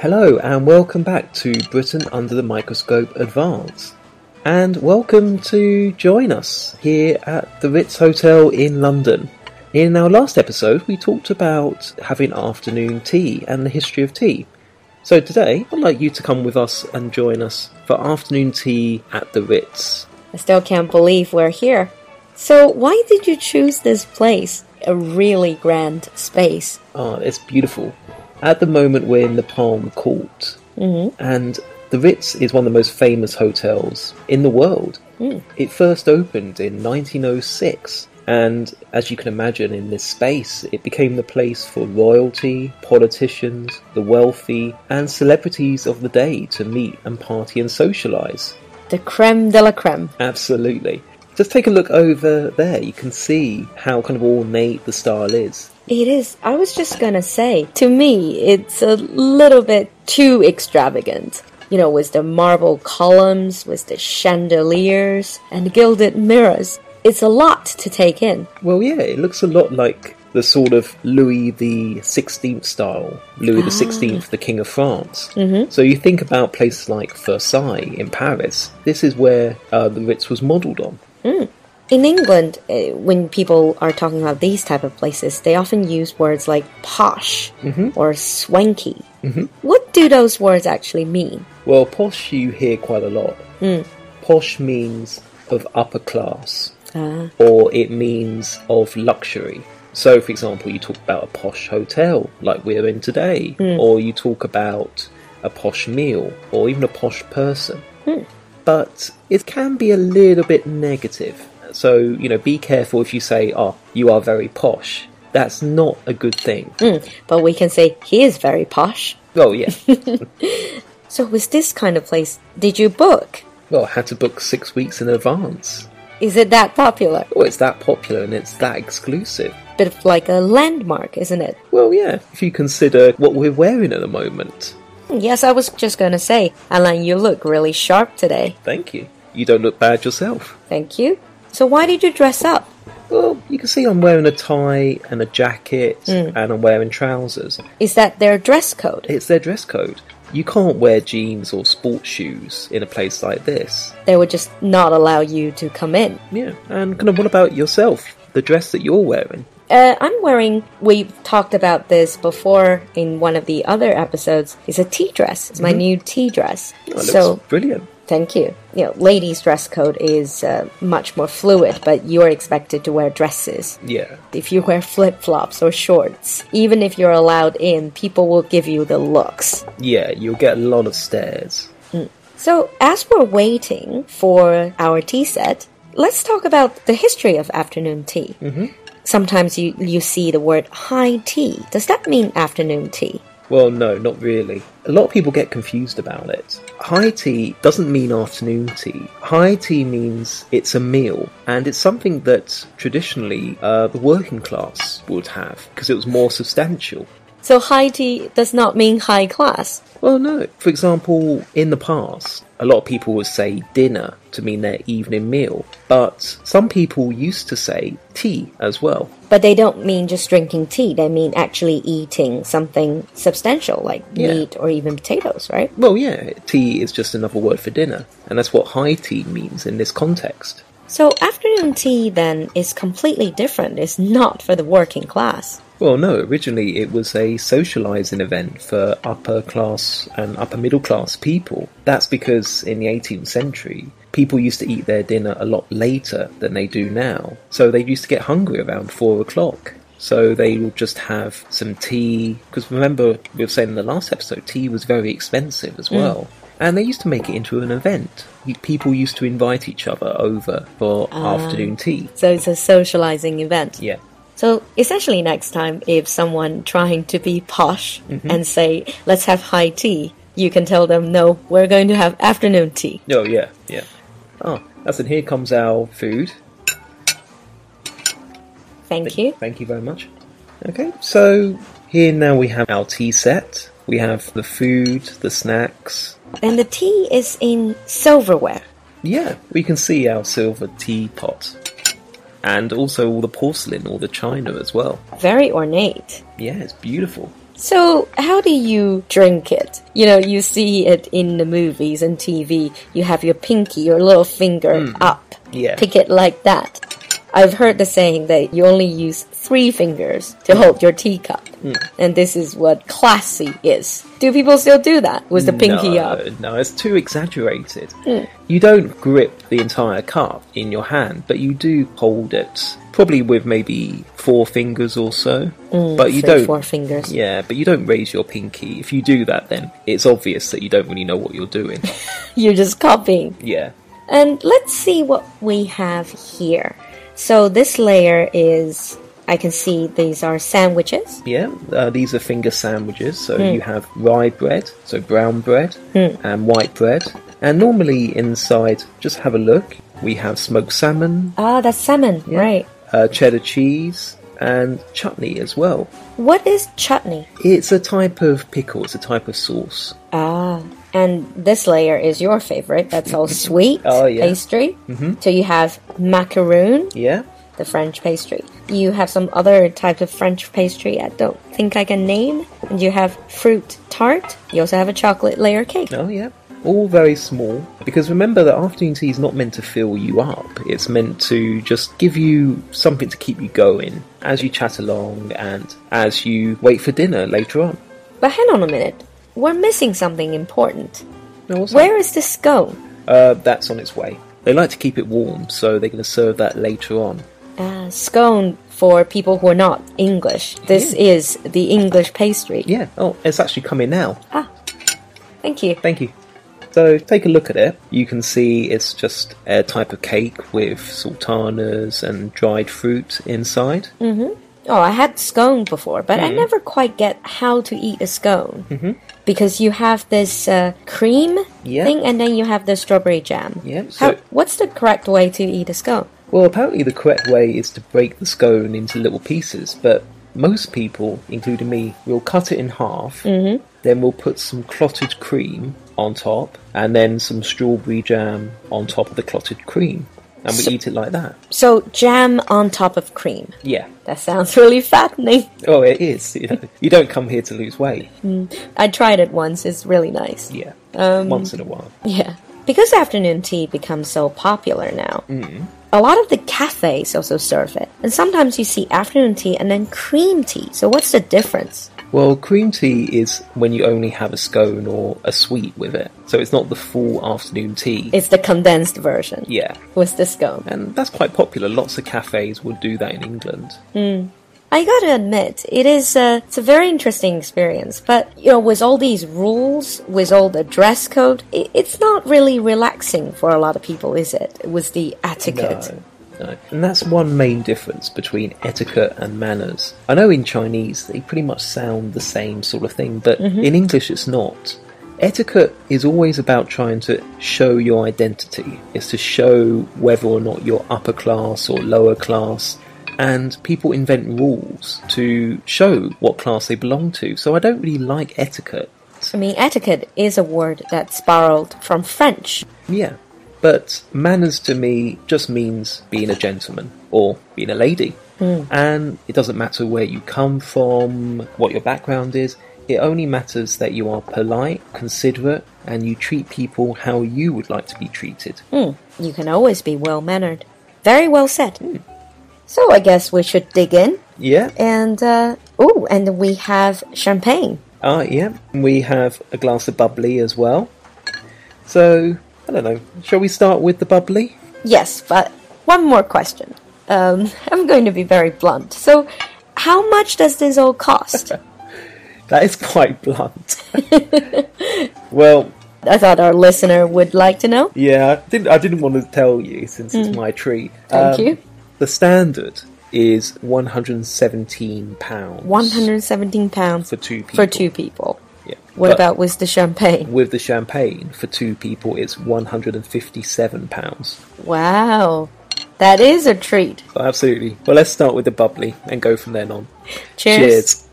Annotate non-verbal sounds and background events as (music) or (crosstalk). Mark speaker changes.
Speaker 1: Hello, and welcome back to Britain Under the Microscope Advanced. And welcome to join us here at the Ritz Hotel in London. In our last episode, we talked about having afternoon tea and the history of tea. So today, I'd like you to come with us and join us for afternoon tea at the Ritz.
Speaker 2: I still can't believe we're here. So, why did you choose this place? A really grand space.
Speaker 1: Ah, it's beautiful. At the moment, we're in the Palm Court, and the Ritz is one of the most famous hotels in the world. It first opened in 1906, and as you can imagine, in this space, it became the place for royalty, politicians, the wealthy, and celebrities of the day to meet and party and socialise.
Speaker 2: The creme de la creme.
Speaker 1: Absolutely. Just take a look over there. You can see how kind of ornate the style is.
Speaker 2: It is, I was just gonna say, to me, it's a little bit too extravagant. You know, with the marble columns, with the chandeliers, and gilded mirrors. It's a lot to take in.
Speaker 1: Well, yeah, it looks a lot like the sort of Louis the Sixteenth style, Louis the Sixteenth, the King of France. Mm-hmm. So you think about places like Versailles in Paris. This is where uh, the Ritz was modelled on.
Speaker 2: In England, eh, when people are talking about these type of places, they often use words like posh or swanky. What do those words actually mean?
Speaker 1: Well, posh you hear quite a lot. Posh means of upper class,
Speaker 2: Uh,
Speaker 1: or it means of luxury. So, for example, you talk about a posh hotel like we're in today, or you talk about a posh meal, or even a posh person. But it can be a little bit negative. So, you know, be careful if you say, oh, you are very posh. That's not a good thing.
Speaker 2: But we can say he is very posh.
Speaker 1: Well, yeah.
Speaker 2: So, with this kind of place, did you book?
Speaker 1: well, I had to book six weeks in advance.
Speaker 2: Is it that popular?
Speaker 1: Well, it's that popular and it's that exclusive.
Speaker 2: Bit of like a landmark, isn't it?
Speaker 1: Well, yeah, if you consider what we're wearing at the moment.
Speaker 2: Yes, I was just gonna say, Alan, you look really sharp today.
Speaker 1: Thank you. You don't look bad yourself.
Speaker 2: Thank you. So, why did you dress up?
Speaker 1: Well, you can see I'm wearing a tie and a jacket and I'm wearing trousers.
Speaker 2: Is that their dress code?
Speaker 1: It's their dress code. You can't wear jeans or sports shoes in a place like this.
Speaker 2: They would just not allow you to come in.
Speaker 1: Yeah, and kind of what about yourself? The dress that you're wearing?
Speaker 2: Uh, I'm wearing, we've talked about this before in one of the other episodes, It's a tea dress. It's my new tea dress.
Speaker 1: Mm-hmm. Oh, it looks
Speaker 2: so,
Speaker 1: brilliant.
Speaker 2: thank you. You know, ladies' dress code is uh, much more fluid, but you're expected to wear dresses.
Speaker 1: Yeah.
Speaker 2: If you wear flip flops or shorts, even if you're allowed in, people will give you the looks.
Speaker 1: Yeah, you'll get a lot of stares.
Speaker 2: So, as we're waiting for our tea set, let's talk about the history of afternoon tea. Mm-hmm. Sometimes you, you see the word high tea. Does that mean afternoon tea?
Speaker 1: Well, no, not really. A lot of people get confused about it. High tea doesn't mean afternoon tea. High tea means it's a meal, and it's something that traditionally uh, the working class would have because it was more substantial.
Speaker 2: So, high tea does not mean high class.
Speaker 1: Well, no. For example, in the past, a lot of people would say dinner to mean their evening meal, but some people used to say tea as well.
Speaker 2: But they don't mean just drinking tea, they mean actually eating something substantial like
Speaker 1: Yeah.
Speaker 2: meat or even potatoes, right?
Speaker 1: Well, yeah, tea is just another word for dinner, and that's what high tea means in this context.
Speaker 2: So, afternoon tea then is completely different. It's not for the working class.
Speaker 1: Well, no, originally it was a socializing event for upper class and upper middle class people. That's because in the 18th century, people used to eat their dinner a lot later than they do now. So they used to get hungry around four o'clock. So they would just have some tea. Because remember, we were saying in the last episode, tea was very expensive as well. And they used to make it into an event. You- People used to invite each other over for afternoon tea.
Speaker 2: So, it's a socializing event.
Speaker 1: Yeah.
Speaker 2: So, essentially, next time if someone trying to be posh and say, let's have high tea, you can tell them, no, we're going to have afternoon tea.
Speaker 1: Oh yeah, yeah. Oh, that's it. Here comes our food.
Speaker 2: Thank you.
Speaker 1: Thank you very much. Okay, so here now we have our tea set. We have the food, the snacks.
Speaker 2: And the tea is in silverware.
Speaker 1: Yeah, we can see our silver teapot, and also all the porcelain, all the china as well.
Speaker 2: Very ornate.
Speaker 1: Yeah, it's beautiful.
Speaker 2: So, how do you drink it? You know, you see it in the movies and TV. You have your pinky, your little finger up.
Speaker 1: Hmm. Yeah.
Speaker 2: Pick it like that. I've heard the saying that you only use three fingers to
Speaker 1: Hmm.
Speaker 2: hold your teacup. And this is what classy is. Do people still do that with the pinky
Speaker 1: no,
Speaker 2: up?
Speaker 1: No, it's too exaggerated. You don't grip the entire cup in your hand, but you do hold it, probably with maybe four fingers or so. but you
Speaker 2: Three,
Speaker 1: don't.
Speaker 2: four fingers.
Speaker 1: Yeah, but you don't raise your pinky. If you do that, then it's obvious that you don't really know what you're doing.
Speaker 2: You're just copying.
Speaker 1: yeah.
Speaker 2: And let's see what we have here. So this layer is, I can see these are sandwiches.
Speaker 1: Yeah, uh, these are finger sandwiches. So you have rye bread, so brown bread, and white bread. And normally inside, just have a look. We have smoked salmon,
Speaker 2: Ah, that's salmon, right?
Speaker 1: uh, cheddar cheese, and chutney as well.
Speaker 2: What is chutney?
Speaker 1: It's a type of pickle. It's a type of sauce.
Speaker 2: Ah, and this layer is your favorite. That's (laughs) all sweet
Speaker 1: Oh, yeah.
Speaker 2: pastry. Mm-hmm. So you have macaroon,
Speaker 1: Yeah.
Speaker 2: the French pastry. You have some other type of French pastry I don't think I can name. And you have fruit tart. You also have a chocolate layer cake.
Speaker 1: Oh yeah. All very small. Because remember that afternoon tea is not meant to fill you up. It's meant to just give you something to keep you going as you chat along and as you wait for dinner later on.
Speaker 2: But hang on a minute. We're missing something important.
Speaker 1: Now, what's
Speaker 2: Where is the scone?
Speaker 1: Oh, Uh, that's on its way. They like to keep it warm, so they're going to serve that later on.
Speaker 2: Uh, scone for people who are not English. This is the English pastry.
Speaker 1: Yeah, oh, it's actually coming now.
Speaker 2: Thank you.
Speaker 1: Thank you. So, take a look at it. You can see it's just a type of cake with sultanas and dried fruit inside.
Speaker 2: Oh, I had scone before, but I never quite get how to eat a scone mm-hmm. because you have this uh, cream
Speaker 1: Yeah.
Speaker 2: thing and then you have the strawberry jam.
Speaker 1: Yeah,
Speaker 2: How,
Speaker 1: so-
Speaker 2: what's the correct way to eat a scone?
Speaker 1: Well, apparently, the correct way is to break the scone into little pieces, but most people, including me, will cut it in half, then we'll put some clotted cream on top, and then some strawberry jam on top of the clotted cream. And we eat it like that.
Speaker 2: So jam on top of cream.
Speaker 1: Yeah.
Speaker 2: That sounds (laughs) really fattening.
Speaker 1: Oh, it is. (laughs) You, know, you don't come here to lose weight.
Speaker 2: I tried it once. It's really nice.
Speaker 1: Yeah. Once in a while.
Speaker 2: Yeah. Because afternoon tea becomes so popular now, a lot of the cafes also serve it. And sometimes you see afternoon tea and then cream tea. So what's the difference?
Speaker 1: Well, cream tea is when you only have a scone or a sweet with it. So it's not the full afternoon tea.
Speaker 2: It's the condensed version.
Speaker 1: yeah.
Speaker 2: With the scone.
Speaker 1: And that's quite popular. Lots of cafes would do that in England.
Speaker 2: I gotta admit, it is a, it's a very interesting experience. But, you know, with all these rules, with all the dress code, i it's not really relaxing for a lot of people, is it? With the etiquette.
Speaker 1: No, no. And that's one main difference between etiquette and manners. I know in Chinese they pretty much sound the same sort of thing, but in English it's not. Etiquette is always about trying to show your identity. It's to show whether or not you're upper class or lower class. And people invent rules to show what class they belong to. So I don't really like etiquette.
Speaker 2: I mean, etiquette is a word that's borrowed from French.
Speaker 1: Yeah. But manners to me just means being a gentleman or being a lady. And it doesn't matter where you come from, what your background is. It only matters that you are polite, considerate, and you treat people how you would like to be treated.
Speaker 2: Hmm. You can always be well mannered. Very well said. So I guess we should dig in.
Speaker 1: Yeah?
Speaker 2: And, uh, oh, and we have champagne.
Speaker 1: Ah, yeah. We have a glass of bubbly as well. So, I don't know. Shall we start with the bubbly?
Speaker 2: Yes, but one more question. Um, (laughs) I'm going to be very blunt. So, how much does this all (laughs) cost?
Speaker 1: That is (laughs) quite blunt. well,
Speaker 2: I thought our listener would like to know.
Speaker 1: Yeah, I didn't. I didn't want to tell you since it's my treat.
Speaker 2: Mm.
Speaker 1: Um,
Speaker 2: Thank you.
Speaker 1: The standard is one hundred and seventeen pounds.
Speaker 2: 117 pounds
Speaker 1: For two people.
Speaker 2: For two people.
Speaker 1: Yeah.
Speaker 2: What
Speaker 1: But
Speaker 2: about with the champagne?
Speaker 1: with the champagne for two people? It's one hundred and fifty-seven pounds.
Speaker 2: Wow. That is a treat.
Speaker 1: Absolutely. Well, let's start with the bubbly and go from then on.
Speaker 2: Cheers.
Speaker 1: Cheers.